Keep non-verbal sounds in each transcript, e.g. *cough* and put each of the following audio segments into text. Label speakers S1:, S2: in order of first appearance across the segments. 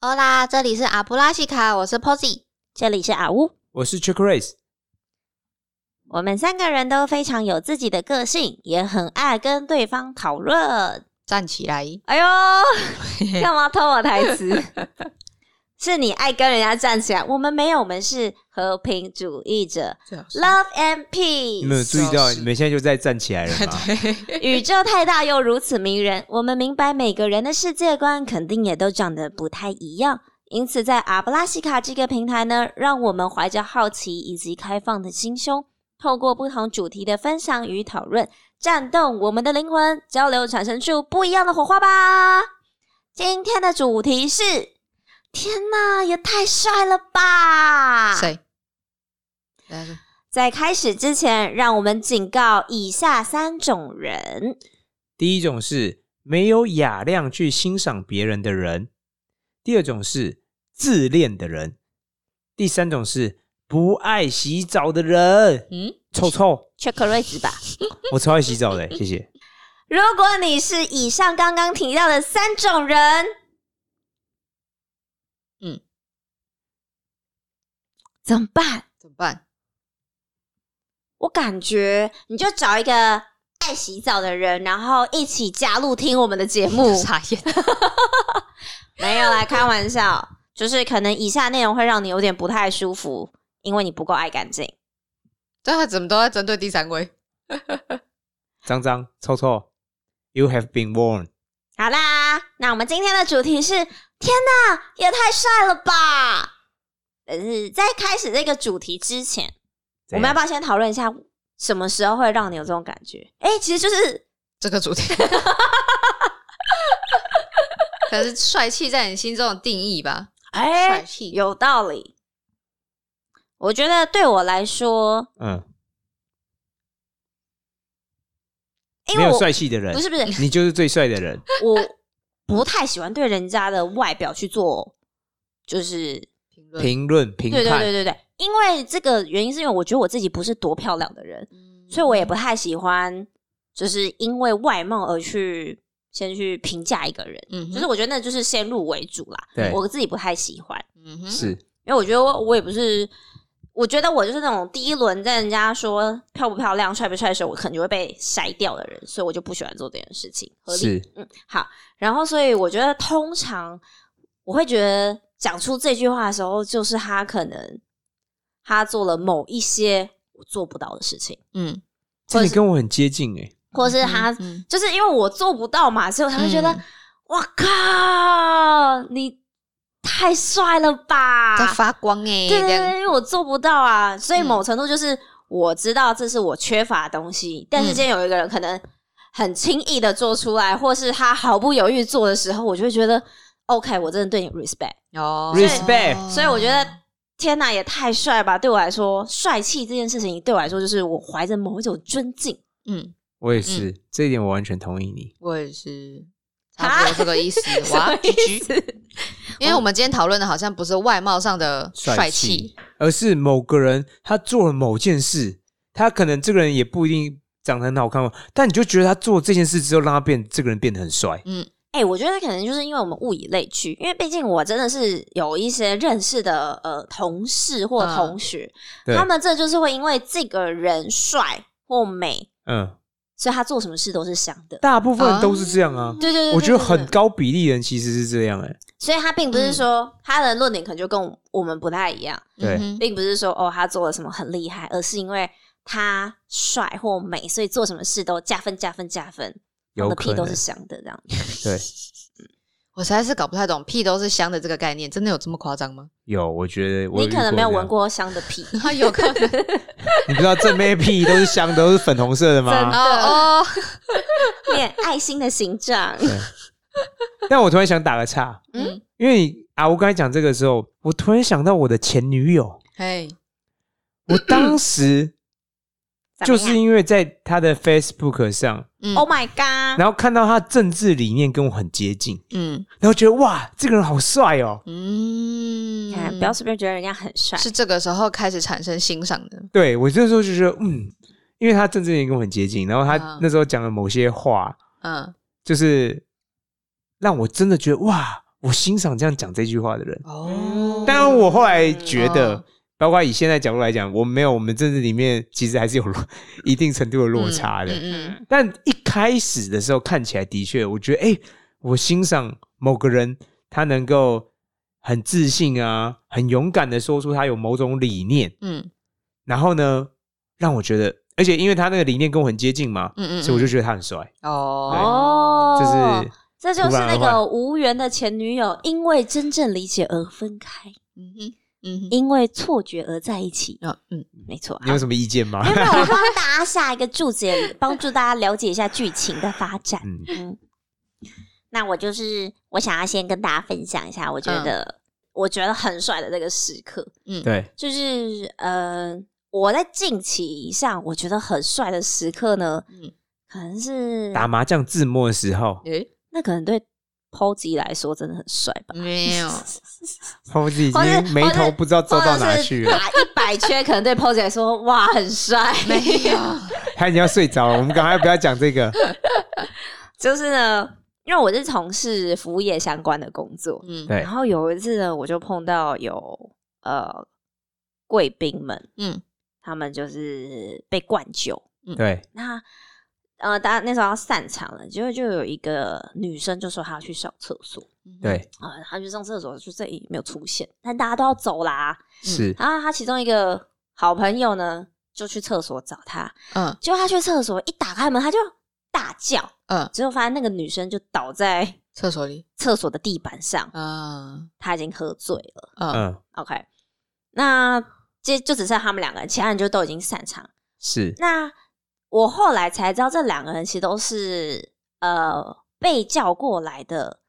S1: 欧啦，这里是阿布拉西卡，我是 Posy。
S2: 这里是阿乌，
S3: 我是 Chick Race，
S2: 我们三个人都非常有自己的个性，也很爱跟对方讨论。
S1: 站起来，
S2: 哎
S1: *laughs*
S2: 呦，干嘛偷我台词？是你爱跟人家站起来，我们没有，我们是和平主义者，Love and
S3: 你们有
S2: Peace。
S3: 注意到
S1: 是
S3: 你们现在就在站起来
S2: *laughs*
S3: 了吗？
S2: 宇宙太大又如此迷人，我们明白每个人的世界观肯定也都长得不太一样，因此在阿布拉西卡这个平台呢，让我们怀着好奇以及开放的心胸，透过不同主题的分享与讨论，战动我们的灵魂，交流产生出不一样的火花吧。今天的主题是，天呐，也太帅了吧！
S1: 谁？大家
S2: 在开始之前，让我们警告以下三种人。
S3: 第一种是没有雅量去欣赏别人的人，第二种是自恋的人，第三种是不爱洗澡的人。
S1: 嗯，
S3: 臭臭，
S2: check raise 吧。
S3: 我超爱洗澡的， *laughs* 谢谢。
S2: 如果你是以上刚刚提到的三种人，
S1: 嗯，
S2: 怎么办？
S1: 怎么办？。
S2: 我感觉你就找一个爱洗澡的人，然后一起加入听我们的节目
S1: *laughs* 傻眼。
S2: 没有啦，开玩笑，就是可能以下内容会让你有点不太舒服，因为你不够爱干净。
S1: 这他怎么都在针对第三位？
S3: 脏脏臭臭，You have been warned。
S2: 好啦，那我们今天的主题是：天哪，也太帅了吧！但是在开始这个主题之前，我们要不要先讨论一下什么时候会让你有这种感觉？哎、其实就是
S1: 这个
S2: *laughs*
S1: 主题，可是帅气在你心中的定义吧？
S2: 哎、
S1: 帅气
S2: 有道理。我觉得对我来说，
S3: 嗯，
S2: 因
S3: 没
S2: 为
S3: 有
S2: 我
S3: 帅气的人，
S2: 不是不是
S3: *laughs* 你就是最帅的
S2: *laughs*
S3: 人。
S2: 我不太喜欢对人家的外表去做，就是
S1: 评论，
S3: 评论评
S2: 对对对
S3: 判，
S2: 对对，因为这个原因是因为我觉得我自己不是多漂亮的人，
S1: 嗯
S2: 所以我也不太喜欢，就是因为外貌而去先去评价一个人，
S1: 嗯哼，
S2: 就是我觉得那就是先入为主啦。
S3: 对
S2: 我自己不太喜欢，
S1: 嗯哼，
S3: 是
S2: 因为我觉得我我也不是，我觉得我就是那种第一轮在人家说漂不漂亮、帅不帅的时候，我可能就会被筛掉的人，所以我就不喜欢做这件事情。合理。
S3: 是，
S2: 嗯，好。然后，所以我觉得通常我会觉得讲出这句话的时候，就是他可能他做了某一些我做不到的事情，
S1: 嗯，
S3: 这你跟我很接近哎。
S2: 或是他
S1: 嗯
S2: 就是因为我做不到嘛，所以我才会觉得，
S1: 嗯
S2: 哇靠，你太帅了吧！
S1: 在发光哎，
S2: 对啊对
S1: 这
S2: 对，
S1: 样
S2: 因为我做不到啊，所以
S1: 嗯
S2: 某程度就是我知道这是我缺乏的东西，但是今天有一个人可能很轻易的做出来，或是他毫不犹豫做的时候，我就会觉得 OK，我真的对你 respect。
S1: 哦
S3: Respect
S2: 所以我觉得天哪，也太帅吧！对我来说，帅气这件事情对我来说，就是我怀着某一种尊敬。
S1: 嗯，
S3: 我也是，这一点我完全同意你。
S1: 我也是。
S2: 啊，
S1: 差不多这个意思
S2: 什
S1: *laughs* 哇
S2: 么，意思？
S1: 因为我们今天讨论的好像不是外貌上的帅气，，
S3: 而是某个人他做了某件事，他可能这个人也不一定长得很好看，但你就觉得他做这件事之后，让他变这个人变得很帅。
S1: 嗯
S2: 哎、我觉得可能就是因为我们物以类聚，因为毕竟我真的是有一些认识的呃同事或
S1: 嗯
S2: 同学，
S3: 对
S2: 他，们这就是会因为这个人帅或美，
S3: 嗯，
S2: 所以他做什么事都是香的。
S3: 大部分人都是这样啊。
S2: 嗯对对对
S3: 我觉
S2: 对
S3: 得
S2: 对
S3: 很
S2: 对
S3: 高比例人其实是这样哎、
S2: 所以他并不是说、他的论点可能就跟我们不太一样，
S3: 对
S1: 嗯哼
S2: 并不是说哦他做了什么很厉害，而是因为他帅或美，所以做什么事都加分加分加分，他
S3: 有
S2: 的
S3: 可
S2: 屁都是
S3: 能
S2: 香的这样。
S3: 对，
S1: 我实在是搞不太懂，屁都是香的这个概念，真的有这么夸张吗？
S3: 有我觉得我
S2: 你可能没有闻
S3: 过
S2: 过香的屁，
S1: *laughs* 啊，有可能
S3: *laughs* 这样，你不知道正妹屁都是香的，都是粉
S2: *laughs*
S3: 红色的吗？
S2: 真的
S1: 哦哦，
S2: 念爱心的形状。
S3: 但我突然想打个岔，
S1: 嗯，
S3: 因为啊，我刚才讲这个的时候，我突然想到我的前女友，
S1: 嘿，
S3: 我当时
S2: *laughs* 怎么
S3: *laughs* 就
S2: 样
S3: 是因为在她的 Facebook 上，
S1: 嗯
S2: Oh my god！
S3: 然后看到她政治理念跟我很接近，
S1: 嗯
S3: 然后觉得哇，这个人好帅哦。
S2: 你
S1: 嗯
S2: 看，哎不要随便觉得人家很帅，
S1: 是这个时候开始产生欣赏的，
S3: 对我这时候就觉得，嗯，因为他政治理念跟我很接近，然后他
S1: 嗯
S3: 那时候讲的某些话，
S1: 嗯
S3: 就是让我真的觉得哇，我欣赏这样讲这句话的人。
S1: 哦
S3: 当然，我后来觉得，
S1: 嗯
S3: 包括以现在角度来讲，我们没有，我们政治里面其实还是有落一定程度的落差的。
S1: 嗯
S3: 但一开始的时候看起来的确，我觉得，哎、我欣赏某个人，他能够很自信啊，很勇敢的说出他有某种理念，
S1: 嗯
S3: 然后呢，让我觉得，而且因为他那个理念跟我很接近嘛，
S1: 嗯嗯，
S3: 所以我就觉得他很帅，
S1: 哦，
S2: 哦，
S3: 这
S2: 这
S3: 是
S2: 就是那
S3: 突然
S2: 个无缘的前女友，因为真正理解而分开，
S1: 嗯哼嗯哼
S2: 因为错觉而在一起。
S1: 哦嗯
S2: 没错，啊
S3: 你有什么意见吗
S1: *laughs*
S2: 没？有，没有
S3: *laughs*
S2: 我帮大家下一个注解，帮助大家了解一下剧情的发展。
S3: 嗯，
S2: 嗯，那我就是我想要先跟大家分享一下，我觉
S1: 嗯
S2: 得、我觉得很帅的这个时刻，
S1: 嗯，
S3: 对，
S2: 就是呃，我在近期上我觉得很帅的时刻呢，
S1: 嗯
S2: 可能是
S3: 打麻将自摸的时候，
S1: 诶
S2: 那可能对 POZ 来说真的很帅吧。
S1: 没有，
S3: 我自己已
S2: 或是
S3: 经眉头不知道皱到哪去了，
S2: 打一百圈，可能对 POZ 来说，哇，很帅。
S1: *laughs* 没有， *laughs*
S3: 他已经要睡着了。我们赶快不要讲这个，
S2: *laughs* 就是呢，因为我是从事服务业相关的工作，
S1: 嗯
S3: 对
S2: 然后有一次呢，我就碰到有呃贵宾们，
S1: 嗯
S2: 他们就是被灌酒。
S3: 对，
S2: 那呃，大家那时候要散场了，结果就有一个女生就说她要去上厕所
S1: 嗯
S3: 对，
S2: 啊，她去上厕所，就这里没有出现，但大家都要走啦。
S3: 是，
S2: 然后她其中一个好朋友呢，就去厕所找她，
S1: 嗯
S2: 结果她去厕所一打开门，她就大叫，
S1: 嗯，
S2: 结果发现那个女生就倒在
S1: 厕所里
S2: 厕所的地板上，
S1: 啊
S2: 她已经喝醉了。
S1: 嗯
S3: 嗯，
S2: OK，那这就只剩他们两个人，其他人就都已经散场。
S3: 是，
S2: 那我后来才知道，这两个人其实都是呃被叫过来的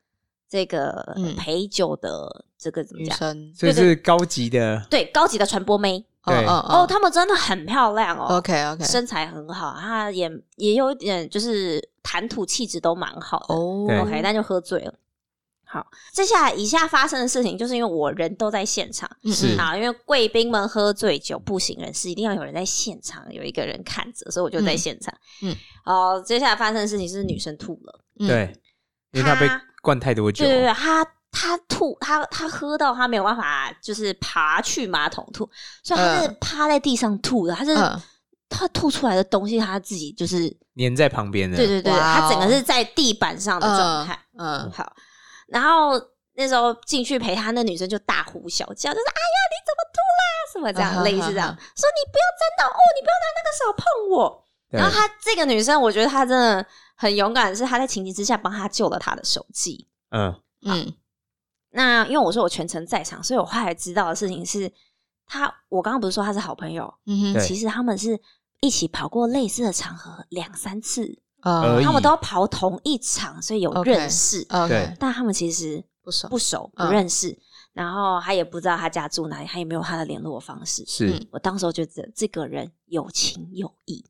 S2: 这个
S1: 嗯
S2: 陪酒的这个怎么
S1: 女
S2: 讲？
S1: 生
S3: 所以是高级的，
S2: 对，高级的传播妹
S3: 对
S2: 哦，她们真的很漂亮哦
S1: OK OK
S2: 身材很好，她也也有一点就是谈吐气质都蛮好的。
S1: 哦
S3: 对
S2: OK，但就喝醉了。好，接下来以下发生的事情，就是因为我人都在现场，
S1: 嗯
S3: 是
S1: 嗯
S2: 好，因为贵宾们喝醉酒不省人事，一定要有人在现场，有一个人看着，所以我就在
S1: 嗯
S2: 现场。
S1: 嗯，
S2: 哦，接下来发生的事情是女生吐了，
S1: 嗯
S3: 对，因为他被
S2: 他
S3: 灌太多酒
S2: 对，对对，她她吐，她她喝到她没有办法，就是爬去马桶吐，所以她是趴在地上吐的，她是
S1: 嗯
S2: 她吐出来的东西，她自己就是，
S3: 粘在旁边的，
S2: 对对对，
S1: 哇
S2: 她
S1: 哦
S2: 整个是在地板上的状态。
S1: 嗯
S2: 好，然后那时候进去陪他那女生就大呼小叫，就是哎呀你怎么吐啦、什么这
S1: 啊
S2: 样、
S1: 哈
S2: 类似这样，
S1: 哈
S2: 说你不要沾到哦，你不要拿那个手碰我。
S3: 对
S2: 然后她这个女生，我觉得她真的很勇敢，是她在情急之下帮她救了她的手机。
S3: 嗯，
S1: 嗯
S2: 那因为我说我全程在场，所以我后来知道的事情是，她我刚刚不是说她是好朋友，
S1: 嗯
S3: 对
S2: 其实他们是一起跑过类似的场合两三次，
S1: 哦
S3: 而已
S2: 他们都跑同一场，所以有
S1: OK 嗯
S2: 认识。
S1: 哦 OK
S3: 对
S2: 但他们其实
S1: 不熟
S2: 不熟，不
S1: 嗯
S2: 认识，然后他也不知道他家住哪里，他也没有他的联络方式。
S3: 是
S1: 嗯，
S2: 我当时候觉得这个人有情有义，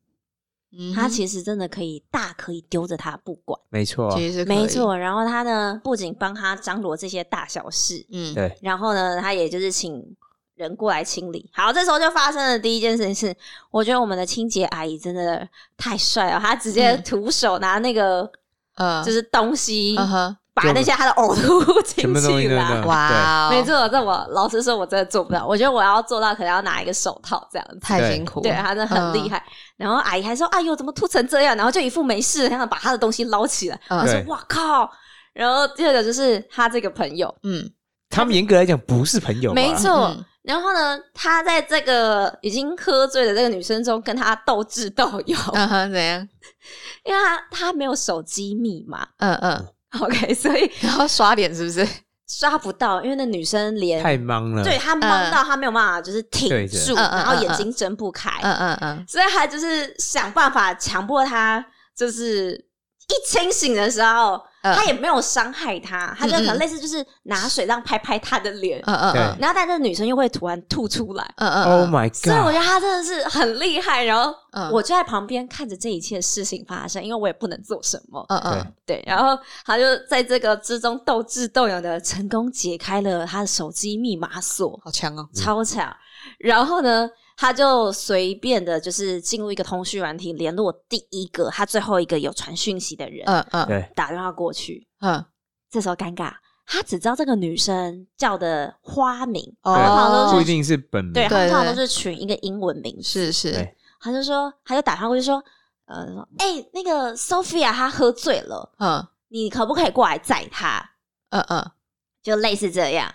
S1: 嗯
S2: 他
S1: 哼
S2: 其实真的可以大可以丢着他不管，
S3: 没错，
S1: 其实是可以
S2: 没错。然后他呢，不仅帮他张罗这些大小事，
S1: 嗯
S3: 对，
S2: 然后呢，他也就是请人过来清理。好，这时候就发生了第一件事情是，我觉得我们的清洁阿姨真的太帅了，她直接
S1: 嗯
S2: 徒手拿那个
S1: 嗯
S2: 就是东西，
S1: 嗯哼
S2: 把那些他的呕吐 *laughs*
S3: 全
S2: 进
S3: 部弄一
S2: 去
S3: 弄
S2: 啦。
S3: 弄，
S1: 哇哦
S2: 嗯没错，这我老实说，我真的做不到。我觉得我要做到，可能要拿一个手套这样子。
S1: 太辛苦嗯
S2: 对，他真的很厉害。然后阿姨还说：“哎呦，怎么吐成这样？”然后就一副没事的样子，把他的东西捞起来。
S1: 嗯
S2: 我说
S3: 对：“
S2: 哇靠！”然后第二个就是他这个朋友，
S1: 嗯
S3: 他们严格来讲不是朋友吧，
S2: 没错。
S1: 嗯
S2: 然后呢，他在这个已经喝醉的这个女生中跟他斗智斗勇，
S1: 嗯哼怎样
S2: 因为他他没有手机密码 *laughs*
S1: 嗯 *laughs* 嗯
S2: ，OK，所以
S1: 然后刷脸是
S2: *laughs*
S1: 不是
S2: 刷不到，因为那女生连
S3: 太忙了，
S2: 对他懵到他没有办法，就是挺
S3: 对着
S2: 住，
S1: 嗯嗯
S2: 然后
S1: 嗯
S2: 眼
S1: 嗯
S2: 睛睁不开，
S1: 嗯嗯嗯
S2: 所以他就是想办法强迫他，就是一清醒的时候，
S1: 嗯
S2: 他也没有伤害他，他就可能
S1: 嗯
S2: 类似就是拿水这样拍拍他的脸，
S1: 嗯嗯嗯
S2: 然后但这女生又会突然吐出来，
S1: 嗯嗯
S3: ，Oh my
S2: 所以我
S3: God，
S2: 觉得他真的是很厉害。然后
S1: 嗯
S2: 我就在旁边看着这一切事情发生，因为我也不能做什么。
S1: 嗯
S3: 对
S1: 嗯
S2: 对，然后他就在这个之中斗智斗勇的成功解开了他的手机密码锁，
S1: 好强哦
S2: 超强。然后呢，他就随便的，就是进入一个通讯软体，联络第一个他最后一个有传讯息的人，
S1: 嗯嗯
S3: 对
S2: 打电话过去。
S1: 嗯
S2: 这时候尴尬，他只知道这个女生叫的花名，
S3: 对，
S2: 哦
S3: 不一定是本名。
S2: 对，他们
S1: 嗯对
S2: 通常
S1: 对
S2: 都是取一个英文名字。
S1: 是是
S3: 对，
S2: 他就说，他就打电话过去说，呃，说哎、那个 Sophia 她喝醉了，
S1: 嗯
S2: 你可不可以过来载她？
S1: 嗯嗯，
S2: 就类似这样。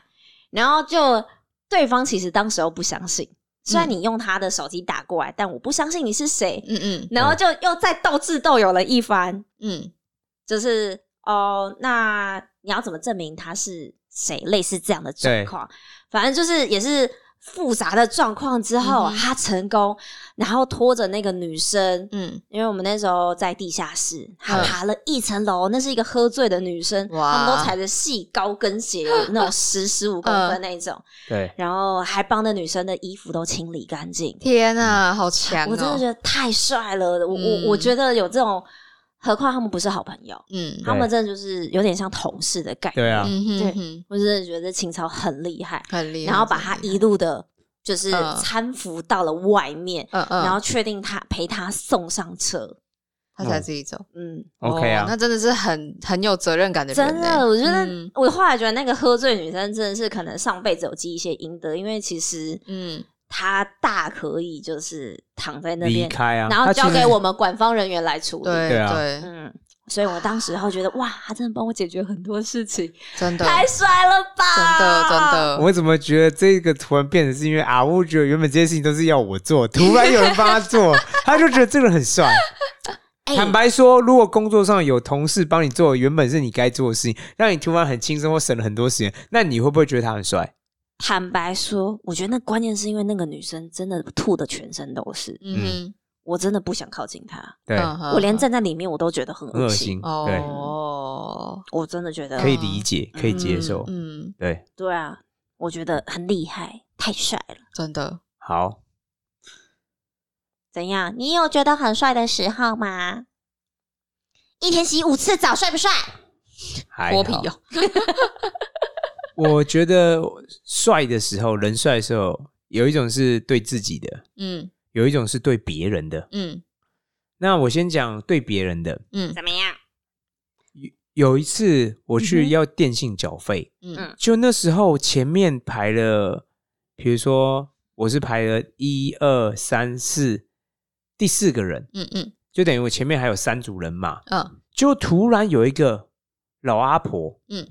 S2: 然后就对方其实当时候不相信，虽然你用他的手机打过来，但我不相信你是谁。
S1: 嗯嗯
S2: 然后就又再斗智斗勇了一番，
S1: 嗯，
S2: 就是哦，那你要怎么证明他是谁？类似这样的状况，反正就是也是复杂的状况之后，
S1: 嗯哼
S2: 他成功，然后拖着那个女生。
S1: 嗯
S2: 因为我们那时候在地下室，他
S1: 嗯
S2: 爬了一层楼，那是一个喝醉的女生，
S1: 哇嗯
S2: 他们都踩着细高跟鞋，有那种十十五公分那一种，
S3: 对，
S2: 然后还帮那女生的衣服都清理干净。
S1: 天啊，好强哦！
S2: 我真的觉得太帅了，我
S1: 嗯
S2: 我我觉得有这种，何况他们不是好朋友，
S1: 嗯
S2: 他们真的就是有点像同事的概念。
S3: 对啊
S1: 嗯
S2: 对
S1: 哼哼，
S2: 我真的觉得秦朝很厉害，
S1: 很厉害。
S2: 然后把他
S1: 真的
S2: 一路的，就是
S1: 嗯
S2: 搀扶到了外面，
S1: 嗯嗯，
S2: 然后确定他陪他送上车。
S1: 他才自己走。
S2: 嗯，
S3: OK 啊
S1: 哦那真的是很很有责任感的人欸。
S2: 真的，我觉得、
S1: 嗯
S2: 我后来觉得那个喝醉女生真的是可能上辈子有积一些阴德，因为其实
S1: 嗯，
S2: 她大可以就是躺在那
S3: 离
S2: 边，
S3: 开啊，
S2: 然后
S3: 他其
S2: 交
S3: 实
S2: 给我们管方人员来处理。
S1: 对
S3: 对啊
S1: 对，
S2: 嗯，所以我当时候觉得哇，她真的帮我解决很多事情，
S1: 真的，
S2: 太帅了吧！
S1: 真的真。的，
S3: 我怎么觉得这个突然变成是因为阿乌觉得原本这些事情都是要我做，突然有人帮他做，他就觉得这个人很帅。
S2: 哎
S3: 坦白说，如果工作上有同事帮你做原本是你该做的事情，让你突然很轻松或省了很多时间，那你会不会觉得他很帅？
S2: 坦白说，我觉得那关键是因为那个女生真的吐的全身都是，
S1: 嗯
S2: 我真的不想靠近她，
S3: 对，
S1: 哼，
S2: 我连站在里面我都觉得很
S3: 很
S2: 恶
S3: 恶
S2: 心。
S3: 心，嗯对，
S1: 哦，
S2: 我真的觉得
S3: 可以理解，可以接受，
S1: 嗯，嗯
S3: 对，
S2: 对啊，我觉得很厉害，太帅了。
S1: 真的，
S3: 好，
S2: 怎样？你有觉得很帅的时候吗？一天洗五次澡，帅不帅？
S3: 还
S1: 剥皮
S3: 好。
S1: 哦，
S3: 我觉得帅的时候，人帅的时候，有一种是对自己的，
S1: 嗯
S3: 有一种是对别人的。
S1: 嗯
S3: 那我先讲对别人的。
S1: 嗯
S2: 怎么样？
S3: 有一次我
S2: 嗯
S3: 去
S2: 哼
S3: 要电信缴费，
S1: 嗯
S3: 就那时候前面排了，比如说我是排了一二三四，第四个人，
S1: 嗯嗯
S3: 就等于我前面还有三组人嘛，
S1: 嗯
S3: 就突然有一个老阿婆，
S1: 嗯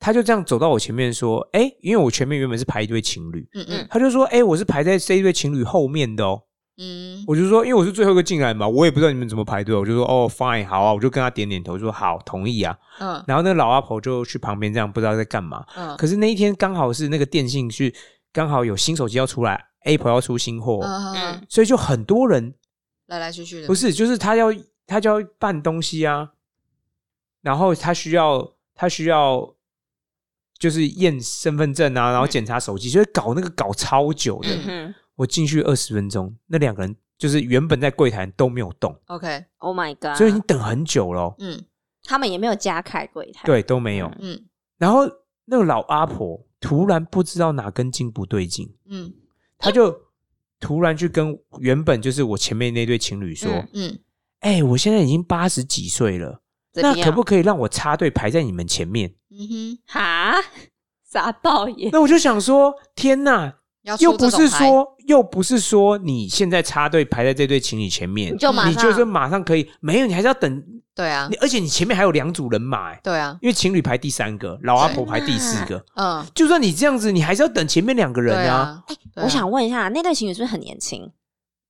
S3: 她就这样走到我前面说：“哎、因为我前面原本是排一对情侣，
S1: 嗯嗯
S3: 她就说：哎、我是排在这一对情侣后面的哦。”
S1: 嗯
S3: 我就说，因为我是最后一个进来嘛，我也不知道你们怎么排队，我就说哦，fine，好啊，我就跟他点点头，说好，同意啊。
S1: 嗯
S3: 然后那个老阿婆就去旁边这样，不知道在干嘛。
S1: 嗯，
S3: 可是那一天刚好是那个电信是刚好有新手机要出来，Apple 要出新货，
S1: 嗯嗯
S3: 所以就很多人
S1: 来来去去的，
S3: 不是，就是他要他就要办东西啊，然后他需要他需要就是验身份证啊，然后检查手机，所以搞那个搞超久的。
S1: 嗯
S2: 嗯哼
S3: 我进去二十分钟，那两个人就是原本在柜台都没有动。
S1: OK，
S2: ，Oh my god！
S3: 所以你等很久了哦，
S1: 嗯
S2: 他们也没有加开柜台，
S3: 对，都没有。
S2: 嗯
S1: 嗯
S3: 然后那个老阿婆突然不知道哪根筋不对劲，
S1: 嗯
S3: 她就突然去跟原本就是我前面那对情侣说
S2: 嗯：“
S1: 嗯，
S3: 哎、我现在已经八十几岁了，
S2: 怎
S3: 那
S2: 么
S3: 可
S2: 样？
S3: 不可以让我插队排在你们前面
S1: 嗯哼，
S2: 哈，傻爆？”眼！
S3: 那我就想说，天哪！
S1: 要出
S3: 又不
S1: 这种
S3: 是
S1: 牌，
S3: 说，又不是说你现在插队排在这对情侣前面
S2: 你，就马上嗯
S3: 你就是马上可以没有，你还是要等，
S1: 对啊
S3: 你而且你前面还有两组人马、哎
S1: 对啊，
S3: 因为情侣排第三个，老阿婆排第四个，
S1: 嗯，
S3: 就算你这样子，你还是要等前面两个人
S1: 对
S3: 啊。
S1: 啊，对啊
S2: 哎我想问一下，那对情侣是不是很年轻？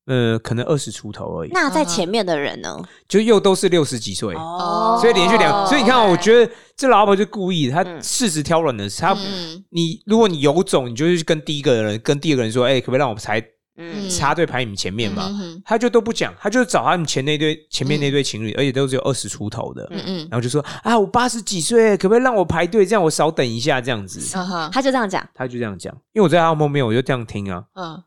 S3: 呃，可能二十出头而已，
S2: 那在
S1: 嗯哼
S2: 前面的人呢？
S3: 就又都是六十几岁，
S2: 哦
S3: 所以连续两。所以你看、哦，我
S2: 得
S3: 觉得这老板就故意，他
S2: 嗯
S3: 适时挑软的。他
S1: 嗯
S3: 你如果你有种，你就是跟第一个人、跟第二个人说，哎，可不可以让我排
S2: 嗯
S1: 嗯
S3: 插队排你们前面嘛？
S1: 嗯哼
S3: 他就都不讲，他就找他们前那对前面那对情侣，而且都只有二十出头的，
S1: 嗯嗯
S3: 然后就说啊，我八十几岁，可不可以让我排队，这样我少等一下这样子。
S1: 嗯哼
S2: 他就这样讲，
S3: 他就这样讲，因为我在他后面，我就这样听啊。
S1: 嗯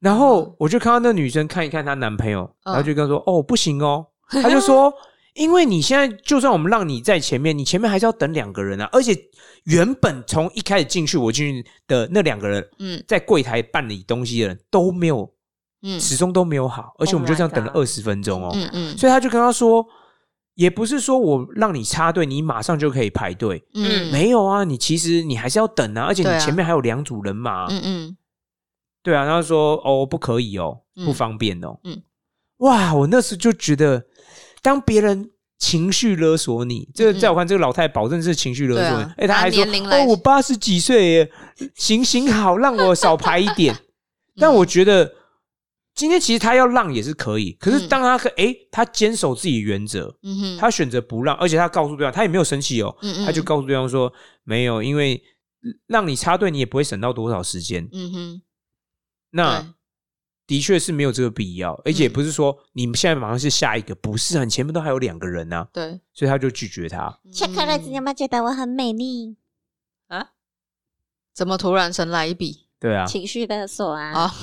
S3: 然后我就看到那女生看一看她男朋友，然
S1: 嗯
S3: 后就跟她说：“哦，不行
S1: *laughs*
S3: 哦。”她就说：“因为你现在就算我们让你在前面，你前面还是要等两个人啊。而且原本从一开始进去我进去的那两个人，
S1: 嗯
S3: 在柜台办理东西的人都没有，
S1: 嗯哦
S3: 始终都没有好，而且我们就这样等了
S2: Oh my
S3: 二
S2: god
S3: 十分钟哦。
S1: 嗯嗯嗯，
S3: 所以她就跟他说：也不是说我让你插队，你马上就可以排队。
S1: 嗯，
S3: 没有啊，你其实你还是要等啊，而且
S1: 对
S3: 你
S1: 啊
S3: 前面还有两组人马、啊
S1: 嗯嗯
S3: 对啊，然后说哦不可以哦，
S1: 嗯
S3: 不方便哦。
S1: 嗯
S3: 哇，我那时就觉得，当别人情绪勒索你，这
S1: 嗯嗯
S3: 个在我看这个老太太保证是情绪勒索
S1: 对
S3: 你
S1: 啊，
S3: 哎、她
S1: 拿
S3: 还说
S1: 年龄来
S3: 哦我八十几岁耶，行行好，让我少排一
S1: *laughs*
S3: 点。但
S1: 嗯
S3: 我觉得今天其实她要让也是可以，可是
S1: 嗯
S3: 当她可哎、她坚守自己原则，
S1: 嗯哼，
S3: 她选择不让，而且她告诉对方，她也没有生气哦，
S1: 嗯嗯，
S3: 她就告诉对方说没有，因为让你插队你也不会省到多少时间。
S1: 嗯哼，
S3: 那
S1: 对
S3: 的确是没有这个必要，而且
S1: 嗯
S3: 也不是说你们现在马上是下一个，不是啊，你前面都还有两个人呢、啊，
S1: 对，
S3: 所以他就拒绝他。
S2: 切克瑞，你有
S1: 嗯
S2: 没有觉得我很美丽？
S1: 怎么突然神来一笔
S3: 对啊，
S2: 情绪勒索啊！
S1: 啊？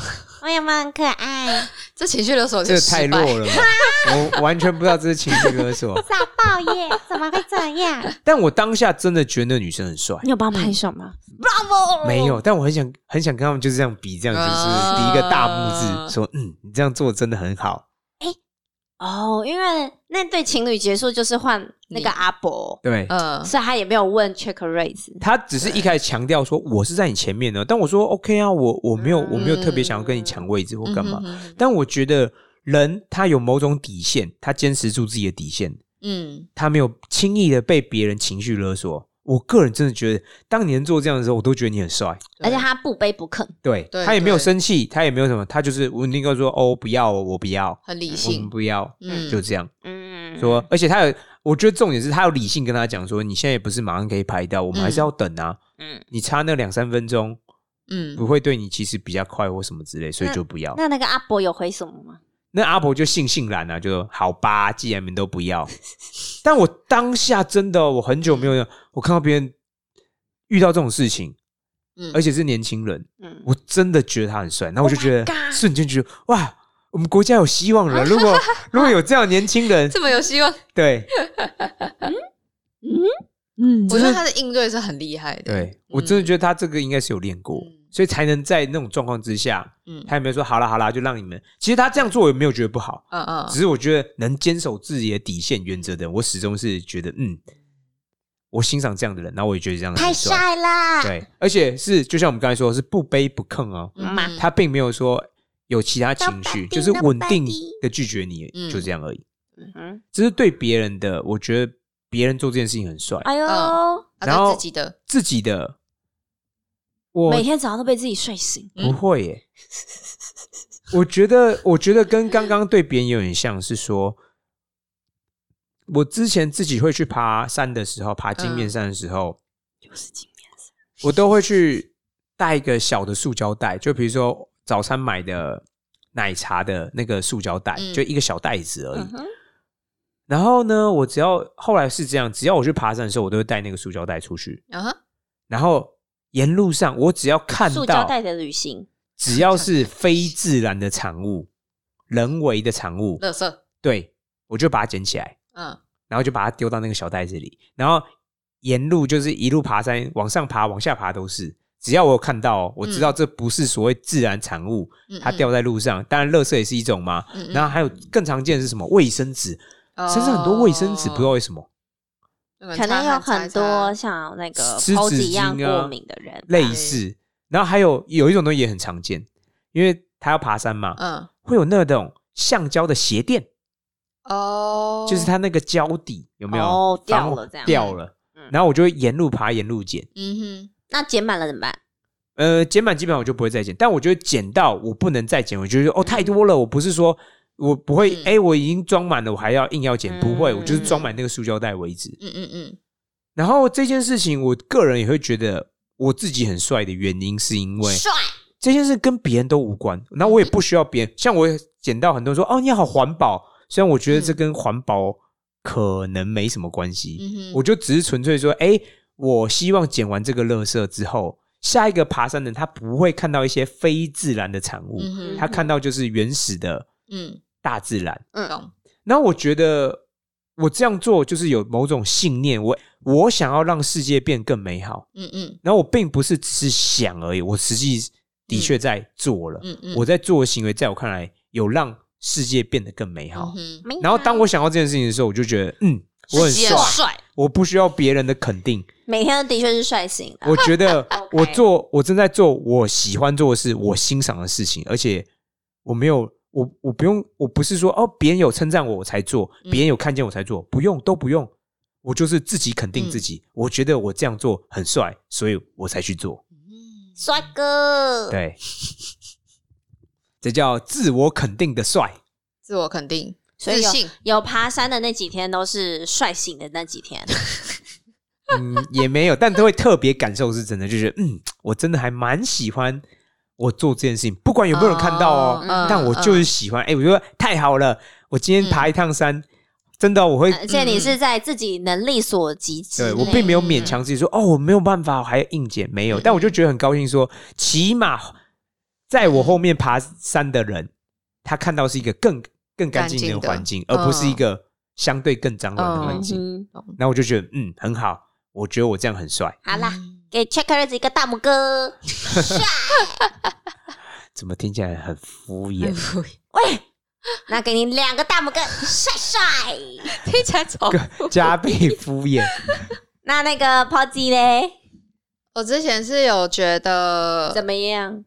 S2: 我有没有很可爱？
S1: *laughs*
S2: *laughs*
S1: 这情绪勒索
S3: 这个
S1: 就
S3: 太
S1: 失败
S3: 弱，了吧，我完全不知道这是情绪勒索。
S1: *laughs*
S2: 早爆耶！怎么会这样？
S3: 但我当下真的觉得那女生很帅，
S1: 哦
S2: 你有帮我拍手吗？
S3: 没有，但我很想很想跟他们就是这样比，这样子就是比一个大拇
S1: 啊
S3: 指，说嗯，你这样做真的很好。
S2: 哦，因为那对情侣结束就是换那个
S1: 你
S2: 阿伯，
S3: 对，
S1: 嗯
S2: 所以他也没有问 check raise。
S3: 他只是一开始强调说我是在你前面的，但我说 OK 啊，我我没有我没有特别想要跟你抢位置或干嘛
S1: 嗯，哼哼哼
S3: 但我觉得人他有某种底线，他坚持住自己的底线，
S1: 嗯，
S3: 他没有轻易的被别人情绪勒索。我个人真的觉得，当你能做这样的时候，我都觉得你很帅。
S2: 而且
S1: 对
S2: 他不卑不亢，
S3: 对
S1: 对
S3: 他也没有
S1: 对
S3: 生气，他也没有什么，他就是我宁可说哦，不要哦，我不要，
S1: 很理
S3: 我们
S1: 性，
S3: 不要，
S1: 嗯，
S3: 就这样
S2: 嗯，
S3: 说。而且他有，我觉得重点是他有理性跟他讲说，你现在也不是马上可以排到，我们还是
S1: 嗯
S3: 要等啊。
S2: 嗯，
S3: 你差那两三分钟，
S1: 嗯
S3: 不会对你其实比较快或什么之类，所以就不要。
S2: 那那个阿伯有回什么吗？
S3: 那阿婆就悻悻然啊，就说好吧，既然你们都不要。 *laughs* 但我当下真的，哦我很久没有，我看到别人遇到这种事情，
S1: 嗯，
S3: 而且是年轻人，
S2: 嗯，
S3: 我真的觉得他很帅。然后我就觉
S2: Oh
S3: 得、
S2: my god
S3: 瞬间觉得哇，我们国家有希望了。如果如果有这样的年轻人，
S1: 这么有希望，
S3: 对
S2: 嗯
S1: 我觉得他的应对是很厉害的，
S3: 对，我真的觉得他这个应该是有练过，
S1: 嗯
S3: 所以才能在那种状况之下，
S1: 嗯
S3: 他也没有说好啦好啦，就让你们。其实他这样做我也没有觉得不好，
S1: 嗯嗯
S3: 只是我觉得能坚守自己的底线原则的人，我始终是觉得，嗯，我欣赏这样的人，然后我也觉得这样的人
S2: 太
S3: 很帅。
S2: 帅啦！
S3: 对，而且是就像我们刚才说，是不卑不亢哦，
S1: 嗯
S2: 嘛
S3: 他并没有说有其他情
S2: 嗯
S3: 绪，就是稳定
S2: Nobody
S3: 的拒绝你，
S1: 嗯
S3: 就这样而已。
S2: 嗯，
S3: 这是对别人的，我觉得别人做这件事情很帅，
S2: 哎呦，
S1: 嗯他
S3: 然
S1: 对
S3: 后
S1: 自己的，
S3: 自己的我
S2: 每天早上都被自己睡醒。
S1: 嗯
S3: 不会耶。 *laughs* 我觉得，我觉得跟刚刚对别人有点像，是说，我之前自己会去爬山的时候，爬金面山的时候，
S2: 嗯就是今年
S3: 我都会去带一个小的塑胶袋，就比如说早餐买的奶茶的那个塑胶袋，
S1: 嗯
S3: 就一个小袋子而已。
S2: 嗯哼
S3: 然后呢，我只要后来是这样，只要我去爬山的时候，我都会带那个塑胶袋出去。
S1: 嗯哼，
S3: 然后沿路上，我只要看
S2: 塑胶
S3: 到
S2: 袋的旅行，
S3: 只要是非自然的产物、人为的产物，
S1: 乐色，
S3: 对我就把它捡起来，
S1: 嗯
S3: 然后就把它丢到那个小袋子里，然后沿路就是一路爬山，往上爬、往下爬都是。只要我有看到哦，我知道
S2: 嗯
S3: 这不是所谓自然产物，
S1: 嗯，
S3: 它
S1: 嗯
S3: 掉在路上，当然垃圾也是一种嘛。
S1: 嗯嗯
S3: 然后还有更常见的是什么？卫生纸，
S2: 哦
S3: 身上很多卫生纸，不知道为什么
S2: 可能有很多
S1: 哦
S2: 像那个
S3: 湿
S2: 猴子
S3: 纸
S2: 一样
S3: 巾啊
S2: 过敏的人吧，
S3: 类似。然后还有有一种东西也很常见，因为他要爬山嘛，
S1: 嗯
S3: 会有那种橡胶的鞋垫。
S1: 哦，
S3: 就是它那个胶底有没有、
S2: 哦掉
S3: 防
S2: 了这样
S3: 掉了
S2: 嗯，
S3: 然后我就会沿路爬沿路捡，
S1: 嗯
S2: 那捡满了怎么办？
S3: 呃，捡满基本上我就不会再捡，但我就会捡到我不能再捡，我就觉得哦太多了，我不是说我不会，
S1: 嗯
S3: 哎、我已经装满了，我还要硬要捡，不会，
S2: 嗯
S3: 我就是装满那个塑胶袋为止
S1: 哼，。嗯嗯嗯，
S3: 然后这件事情，我个人也会觉得我自己很帅的原因，是因为
S2: 帅，
S3: 这件事跟别人都无关，然后我也不需要别人。像我也捡到很多人说哦你好环保，虽然我觉得这跟环保可能没什么关系，
S1: 嗯哼，
S3: 我就只是纯粹说，哎、我希望捡完这个垃圾之后，下一个爬山的人他不会看到一些非自然的产物，
S1: 嗯哼
S3: 他看到就是原始的
S1: 嗯
S3: 大自然。
S1: 懂，
S3: 然后我觉得我这样做就是有某种信念，我我想要让世界变更美好。
S1: 嗯嗯
S3: 然后我并不是只是想而已，我实际的确在做了。
S1: 嗯嗯，
S3: 我在做的行为，在我看来有让世界变得更美好。
S1: 嗯
S2: 没有啊
S3: 然后当我想到这件事情的时候，我就觉得，嗯，我很
S1: 自己
S3: 帅
S1: 很，帅，
S3: 我不需要别人的肯定。
S2: 每天的确是帅醒的，
S3: 我觉得
S2: OK
S3: 我做我正在做我喜欢做的事，我欣赏的事情，而且我没有我我不用我不是说哦别人有称赞我我才做，
S1: 嗯
S3: 别人有看见我才做，不用都不用，我就是自己肯定自己，我觉得我这样做很帅，所以我才去做。
S1: 嗯
S2: 帅哥，
S3: 对， *laughs* 这叫自我肯定的帅。
S1: 自我肯定、
S2: 所
S1: 自
S2: 以有
S1: 信，
S2: 有爬山的那几天都是帅醒的那几
S3: *laughs*
S2: 天，
S3: 嗯，也没有，但都会特别感受是真的，就觉得嗯，我真的还蛮喜欢我做这件事情，不管有没有人看到哦，
S1: 哦嗯
S3: 但我就是喜欢。哎、我觉得太好了，我今天爬一趟山，真的我会，
S2: 而且你是在自己能力所及之
S3: 嗯对
S2: 内。
S3: 我并没有勉强自己说哦，我没有办法，我还要硬减，没有，但我就觉得很高兴说，起码在我后面爬山的人，他看到是一个更更干净
S1: 干净
S3: 的
S1: 的
S3: 环境，而不是一个相对更脏乱的环
S2: 嗯
S3: 境。
S2: 哼，
S3: 那、我就觉得嗯，很好，我觉得我这样很帅。
S2: 好啦，
S1: 嗯
S2: 给 Checkers 一个大拇哥。
S3: 怎么听起来很敷
S1: 嗯
S3: 衍？
S2: 喂，那给你两个大拇哥，帅帅。
S1: 听起来丑。
S3: *laughs* 加倍敷衍。
S2: 那那个 p o z y 嘞，
S1: 我之前是有觉得
S2: 怎么样？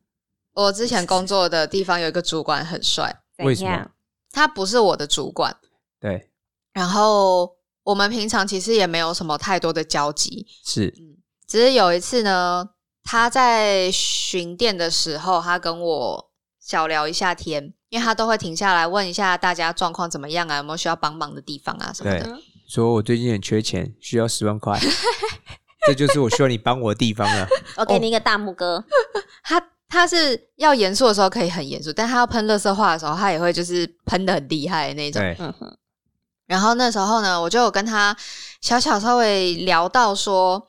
S1: 我之前工作的地方有一个主管很帅，
S2: 怎
S3: 为什么
S2: 样？
S1: 他不是我的主管，
S3: 对，
S1: 然后我们平常其实也没有什么太多的交集，
S3: 是
S1: 只是有一次呢，他在巡店的时候，他跟我小聊一下天，因为他都会停下来问一下大家状况怎么样啊，有没有需要帮忙的地方啊什么
S3: 对
S1: 的。
S3: 说我最近很缺钱，需要十万
S1: *laughs*
S3: 块，这就是我需要你帮我的地方了。
S2: 我给你一个大拇哥。
S3: 哦
S1: 他他是要严肃的时候可以很严肃，但他要喷乐色话的时候，他也会就是喷的很厉害的那种。
S3: 对，
S2: 嗯哼，
S1: 然后那时候呢，我就有跟他小小稍微聊到说，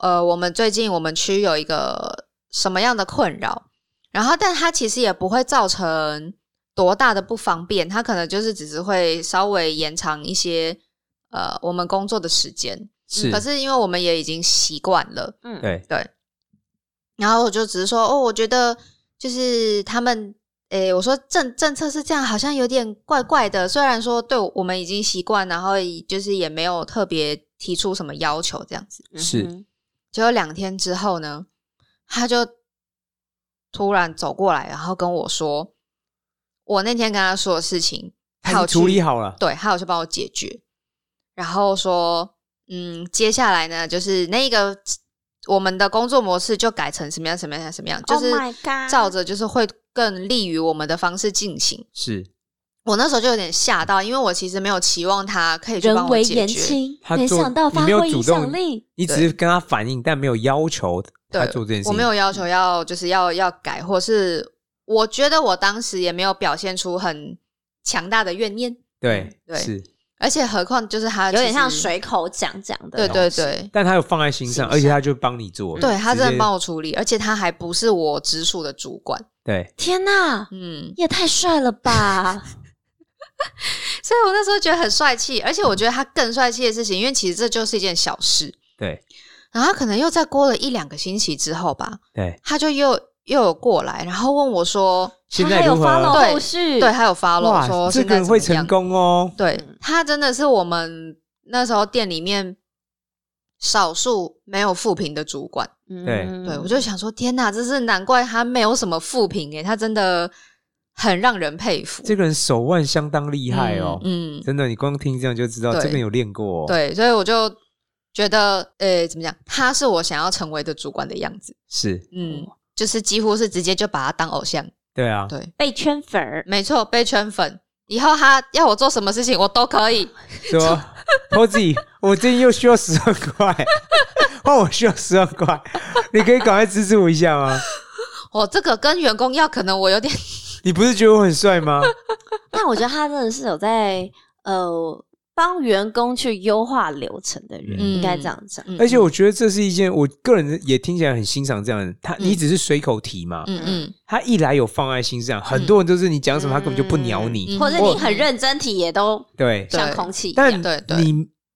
S1: 呃，我们最近我们区有一个什么样的困扰，然后但他其实也不会造成多大的不方便，他可能就是只是会稍微延长一些呃我们工作的时间，
S3: 是
S1: 可是因为我们也已经习惯了，
S2: 嗯，
S3: 对，
S1: 然后我就只是说，哦，我觉得就是他们，诶，我说政政策是这样，好像有点怪怪的。虽然说对我们已经习惯，然后也就是也没有特别提出什么要求这样子。
S2: 嗯哼
S3: 是
S1: 结果两天之后呢，他就突然走过来，然后跟我说，我那天跟他说的事情，
S3: 他已
S1: 有
S3: 经
S1: 去
S3: 处理好了。
S1: 对，还有去帮我解决。然后说，嗯，接下来呢，就是那个我们的工作模式就改成什么样什么样什么样，就
S2: Oh
S1: 是
S2: my god
S1: 照着就是会更利于我们的方式进行。
S3: 是，
S1: 我那时候就有点吓到，因为我其实没有期望他可以去帮
S2: 人
S1: 我
S2: 为
S1: 解
S2: 言
S1: 决。
S2: 轻，
S3: 他
S2: 没
S3: 做
S2: 想到
S3: 你
S2: 发
S3: 没有
S2: 挥
S3: 主
S2: 影
S3: 动
S2: 响力。
S3: 你只是跟他反映，但没有要求
S1: 对
S3: 他做这件事情。
S1: 我没有要求要就是要要改，或是我觉得我当时也没有表现出很强大的怨念，
S3: 对，
S1: 嗯对
S3: 是，
S1: 而且何况就是他
S2: 有点
S1: 其
S2: 像
S1: 实，
S2: 随口讲讲的，
S1: 对对对，
S3: 但他有放在心
S2: 欣
S3: 上，
S2: 赏
S3: 而且他就帮你做。
S1: 对他
S3: 嗯直接
S1: 真的帮我处理，而且他还不是我直属的主管，
S3: 对，
S2: 天哪，
S1: 嗯，
S2: 也太帅了
S3: *laughs*
S2: 吧！
S1: 所以我那时候觉得很帅气，而且我觉得他更帅气的事情，因为其实这就是一件小事，
S3: 对，
S1: 然后他可能又再过了一两个星期之后吧，
S3: 对。
S1: 他就又又有过来，然后问我说，
S3: 现
S2: 他还
S3: 在
S2: 有
S3: 如何？
S2: follow
S1: 对
S2: 后续，
S1: 对，他有 follow 说
S3: 哎哇，这
S1: 现
S3: 个
S1: 在
S3: 人
S1: 怎
S3: 会
S1: 么
S3: 成，
S1: 样
S3: 功哦。
S1: 对他真的是我们那时候店里面少数没有负评的主管，
S2: 嗯
S3: 对
S1: 对我就想说，天哪，这是难怪他没有什么负评欸诶，他真的很让人佩服。
S3: 这个人手腕相当厉害哦，
S1: 嗯，嗯
S3: 真的，你光听这样就知道
S1: 对
S3: 这个人有练过哦。
S1: 对，所以我就觉得，呃，怎么讲，他是我想要成为的主管的样子，
S3: 是，
S1: 嗯，就是几乎是直接就把他当偶像，
S3: 对啊，
S1: 对，
S2: 被圈粉儿，
S1: 没错，被圈粉，以后他要我做什么事情，我都可以，
S3: 说 Posy，我最近又需要十万块， *laughs* 换我需要十万块，你可以赶快支持我一下吗？
S1: 我哦这个跟员工要，可能我
S3: *laughs*
S1: 有点，
S3: 你不是觉得我很帅吗？
S2: *laughs*
S1: 嗯
S2: 但我觉得他真的是有在呃帮员工去优化流程的人，
S3: 嗯
S2: 应该这样讲。
S1: 嗯
S3: 而且，我觉得这是一件，我个人也听起来很欣赏这样的。他，
S1: 嗯
S3: 你只是随口提嘛，
S1: 嗯嗯
S3: 他一来有放在心上，很多人都是你讲什么，他根本就不鸟
S1: 嗯
S3: 你。
S2: 或者
S3: 我
S2: 你很认真提，也都
S3: 对，
S1: 对
S2: 像空气一
S3: 但
S2: 样。
S1: 对对
S3: 你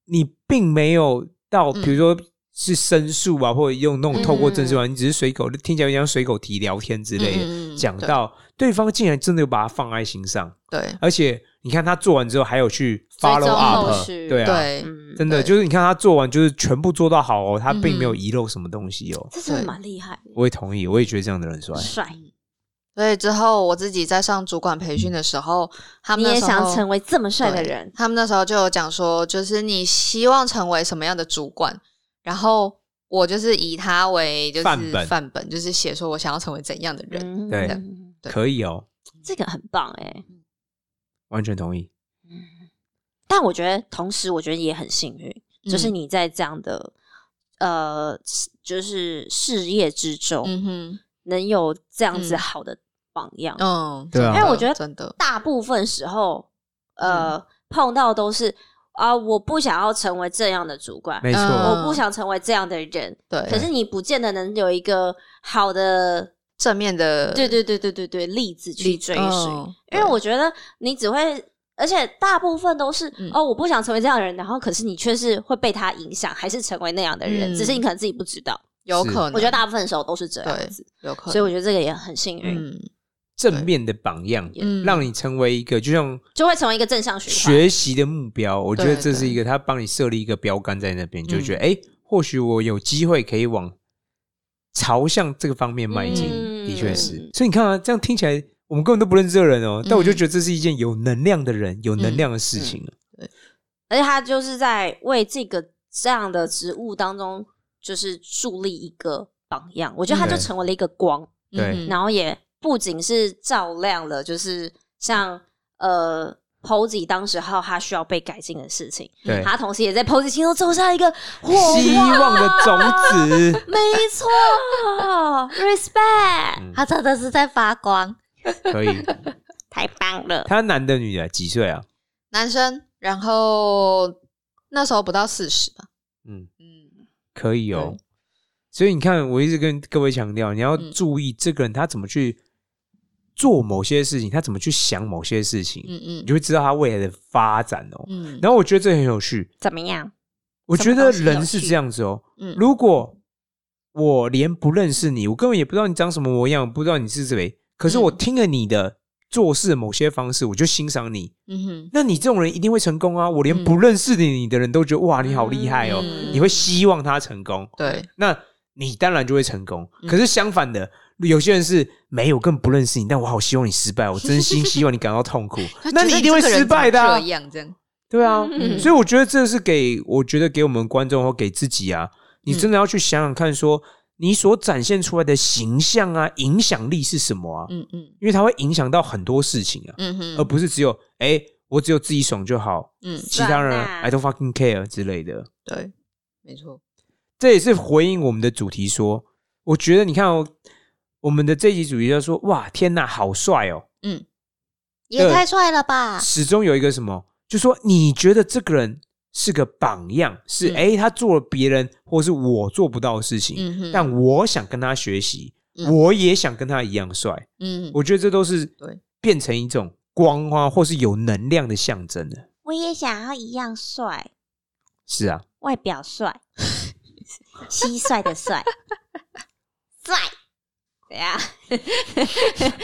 S3: 你并没有到，
S1: 嗯
S3: 比如说是申诉啊，或者用那种透过政治
S1: 嗯
S3: 玩，你只是随口听起来像随口提聊天之类的，
S1: 嗯嗯嗯
S3: 讲到对方竟然真的有把它放在心上，
S1: 对
S3: 而且你看他做完之后还有去
S2: 追踪
S3: follow
S2: 后
S3: up，
S2: 续
S3: 对
S1: 对
S3: 啊，
S1: 对
S2: 嗯，
S3: 真的
S1: 对
S3: 就是你看他做完就是全部做到好哦，他
S1: 嗯
S3: 并
S1: 哼
S3: 没有遗漏什么东西哦。
S2: 这真的
S1: 对
S2: 蛮厉害的，
S3: 我也同意，我也觉得这样的人帅。
S2: 帅。
S1: 所以之后我自己在上主管培训的时候，他
S2: 你
S1: 们那
S2: 也
S1: 时候
S2: 想成为这么帅的
S1: 对
S2: 人？
S1: 他们那时候就有讲说，就是你希望成为什么样的主管，然后我就是以他为就是
S3: 范本
S1: 范本就是写说我想要成为怎样的人。
S2: 嗯
S3: 对，
S1: 对
S3: 可以哦，
S2: 这个很棒哎。
S3: 完全同意。
S2: 但我觉得，同时我觉得也很幸运，就是你在这样的呃，就是事业之中，
S1: 嗯
S2: 能有这样子
S1: 嗯
S2: 好的榜样
S1: 哼，。嗯，
S3: 对啊
S1: 真的
S2: 因为我觉得
S1: 真的，
S2: 大部分时候，呃，
S1: 嗯
S2: 碰到都是啊、我不想要成为这样的主管，
S3: 没错，
S1: 嗯
S2: 我不想成为这样的人。
S1: 对，
S2: 可是你不见得能有一个好的，
S1: 正面的
S2: 对对对对对对，例子去追随，
S1: 嗯
S2: 因为我觉得你只会。而且大部分都是、
S1: 嗯
S2: 哦，我不想成为这样的人，然后可是你却是会被他影响，还是成为那样的人，
S1: 嗯
S2: 只是你可能自己不知道。
S1: 有
S3: 是
S1: 可能，
S2: 我觉得大部分时候都是这样
S1: 对
S2: 子，
S1: 有可能，
S2: 所以我觉得这个也很幸运，
S1: 嗯
S3: 正面的榜样，
S1: 嗯，
S3: 让你成为一个就像
S2: 就会成为一个正向循环。
S3: 学习的目标。我觉得
S1: 对
S3: 这是一个他帮你设立一个标杆在那边，你就觉得
S1: 嗯
S3: 哎、诶或许我有机会可以往朝向这个方面迈进。
S2: 嗯
S3: 的确是
S2: 嗯，
S3: 所以你看啊，这样听起来我们根本都不认识这个人哦，
S1: 嗯
S3: 但我就觉得这是一件有能量的人有能量的事情。啊
S2: 而且他就是在为这个这样的职务当中，就是树立一个榜样。我觉得他
S3: 嗯
S2: 就成为了一个光，
S3: 对
S1: 嗯哼
S2: 然后也不仅是照亮了，就是像呃 Posy 当时候他需要被改进的事情，
S1: 嗯
S3: 对，
S2: 他同时也在 Posy 心中种下一个火
S3: 希
S2: 花。
S3: 望的种子
S2: 没错，respect，、
S3: *laughs* 嗯
S2: 他真的是在发光，
S3: 可以。
S2: 太棒了。
S3: 他男的女的几岁啊？
S1: 男生，然后那时候不到四十吧，
S3: 嗯，
S1: 嗯，
S3: 可以哦
S1: 对。
S3: 所以你看，我一直跟各位强调，你要
S1: 嗯
S3: 注意这个人他怎么去做某些事情，他怎么去想某些事情，
S1: 嗯
S3: 你
S1: 嗯
S3: 就会知道他未来的发展哦。
S1: 嗯，
S3: 然后我觉得这很有趣，
S2: 怎么样？
S3: 我觉得人
S2: 什么东西
S3: 是
S2: 有趣
S3: 这样子哦。
S1: 嗯
S3: 如果我连不认识你，我根本也不知道你长什么模样，不知道你是谁，可是我
S1: 嗯
S3: 听了你的做事某些方式，我就欣赏你。
S1: 嗯哼，
S3: 那你这种人一定会成功啊！我连
S1: 嗯
S3: 不认识你的人都觉得哇，你好厉害哦，
S1: 嗯
S3: 你会希望他成功。
S1: 对，
S3: 那你当然就会成功。
S1: 嗯，
S3: 可是相反的，有些人是没有更不认识你，但我好希望你失败，我真心希望你感到痛苦
S1: *laughs*
S3: 那你一定会失败的啊、
S1: 这样这样，
S3: 对啊，
S2: 嗯
S3: 所以我觉得这是给我觉得给我们观众或给自己啊，你
S1: 嗯
S3: 真的要去想想看说你所展现出来的形象啊，影响力是什么啊？
S1: 嗯嗯
S3: 因为它会影响到很多事情啊，
S1: 嗯哼，
S3: 而不是只有哎、诶我只有自己爽就好，
S1: 嗯，
S3: 其他人
S2: 爽啊
S3: I don't fucking care 之类的。
S1: 对，没错，
S3: 这也是回应我们的主题说，我觉得你看哦，我们的这一集主题就说，哇，天呐，好帅哦！
S2: 也
S3: 呃
S2: 太帅了
S1: 啊
S2: 吧！
S3: 始终有一个什么，就说你觉得这个人是个榜样，是
S1: 嗯
S3: 诶，他做了别人或是我做不到的事情，
S1: 嗯哼，
S3: 但我想跟他学习，
S1: 嗯
S3: 我也想跟他一样帅。
S1: 嗯
S3: 我觉得这都是
S1: 对
S3: 变成一种光啊，或是有能量的象征的。
S2: 我也想要一样帅。
S3: 是
S1: *laughs*
S3: 啊，
S2: 外表帅， *laughs* 蟋蟀的帅，帅，怎样？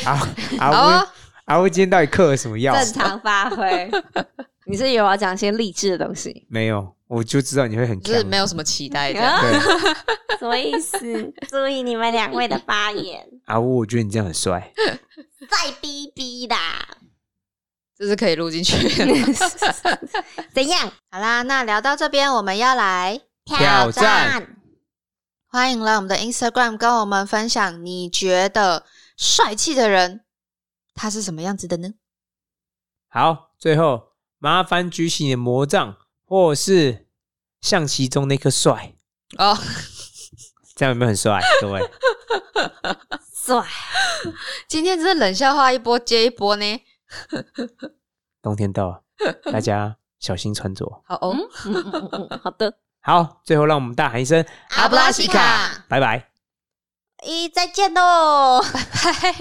S3: 啊
S1: 好
S3: 啊
S1: 啊，
S3: 阿威今天到底嗑了什么药？
S2: 正常发挥。 *laughs* 你是有要讲一些励志的东西？
S3: 没有，我就知道你会很
S1: 就是
S3: 强
S1: 没有什么期待这样，
S2: 啊
S3: 对。
S2: 什么意思？注意你们两位的发 *laughs* 言，
S3: 阿啊呜，我觉得你这样很帅。
S2: 再逼逼啊啦！
S1: 这是可以录进去的。
S2: *laughs*
S1: *laughs*
S2: 怎样？
S1: 好啦，那聊到这边，我们要来
S3: 挑战
S1: 欢迎来我们的 Instagram 跟我们分享，你觉得帅气的人他是什么样子的呢？
S3: 好，最后麻烦举起你的魔杖，或是象棋中那颗帅，
S1: 哦，
S3: 这样有没有很帅？各位，
S2: 帅！
S1: 今天真是冷笑话一波接一波呢。
S3: 冬天到了，大家小心穿着。
S1: 好哦，
S2: 嗯嗯嗯嗯嗯，好的，
S3: 好，最后让我们大喊一声
S1: 阿布拉西卡，
S3: 拜拜。
S2: 咦，再见喽！
S1: 嗨。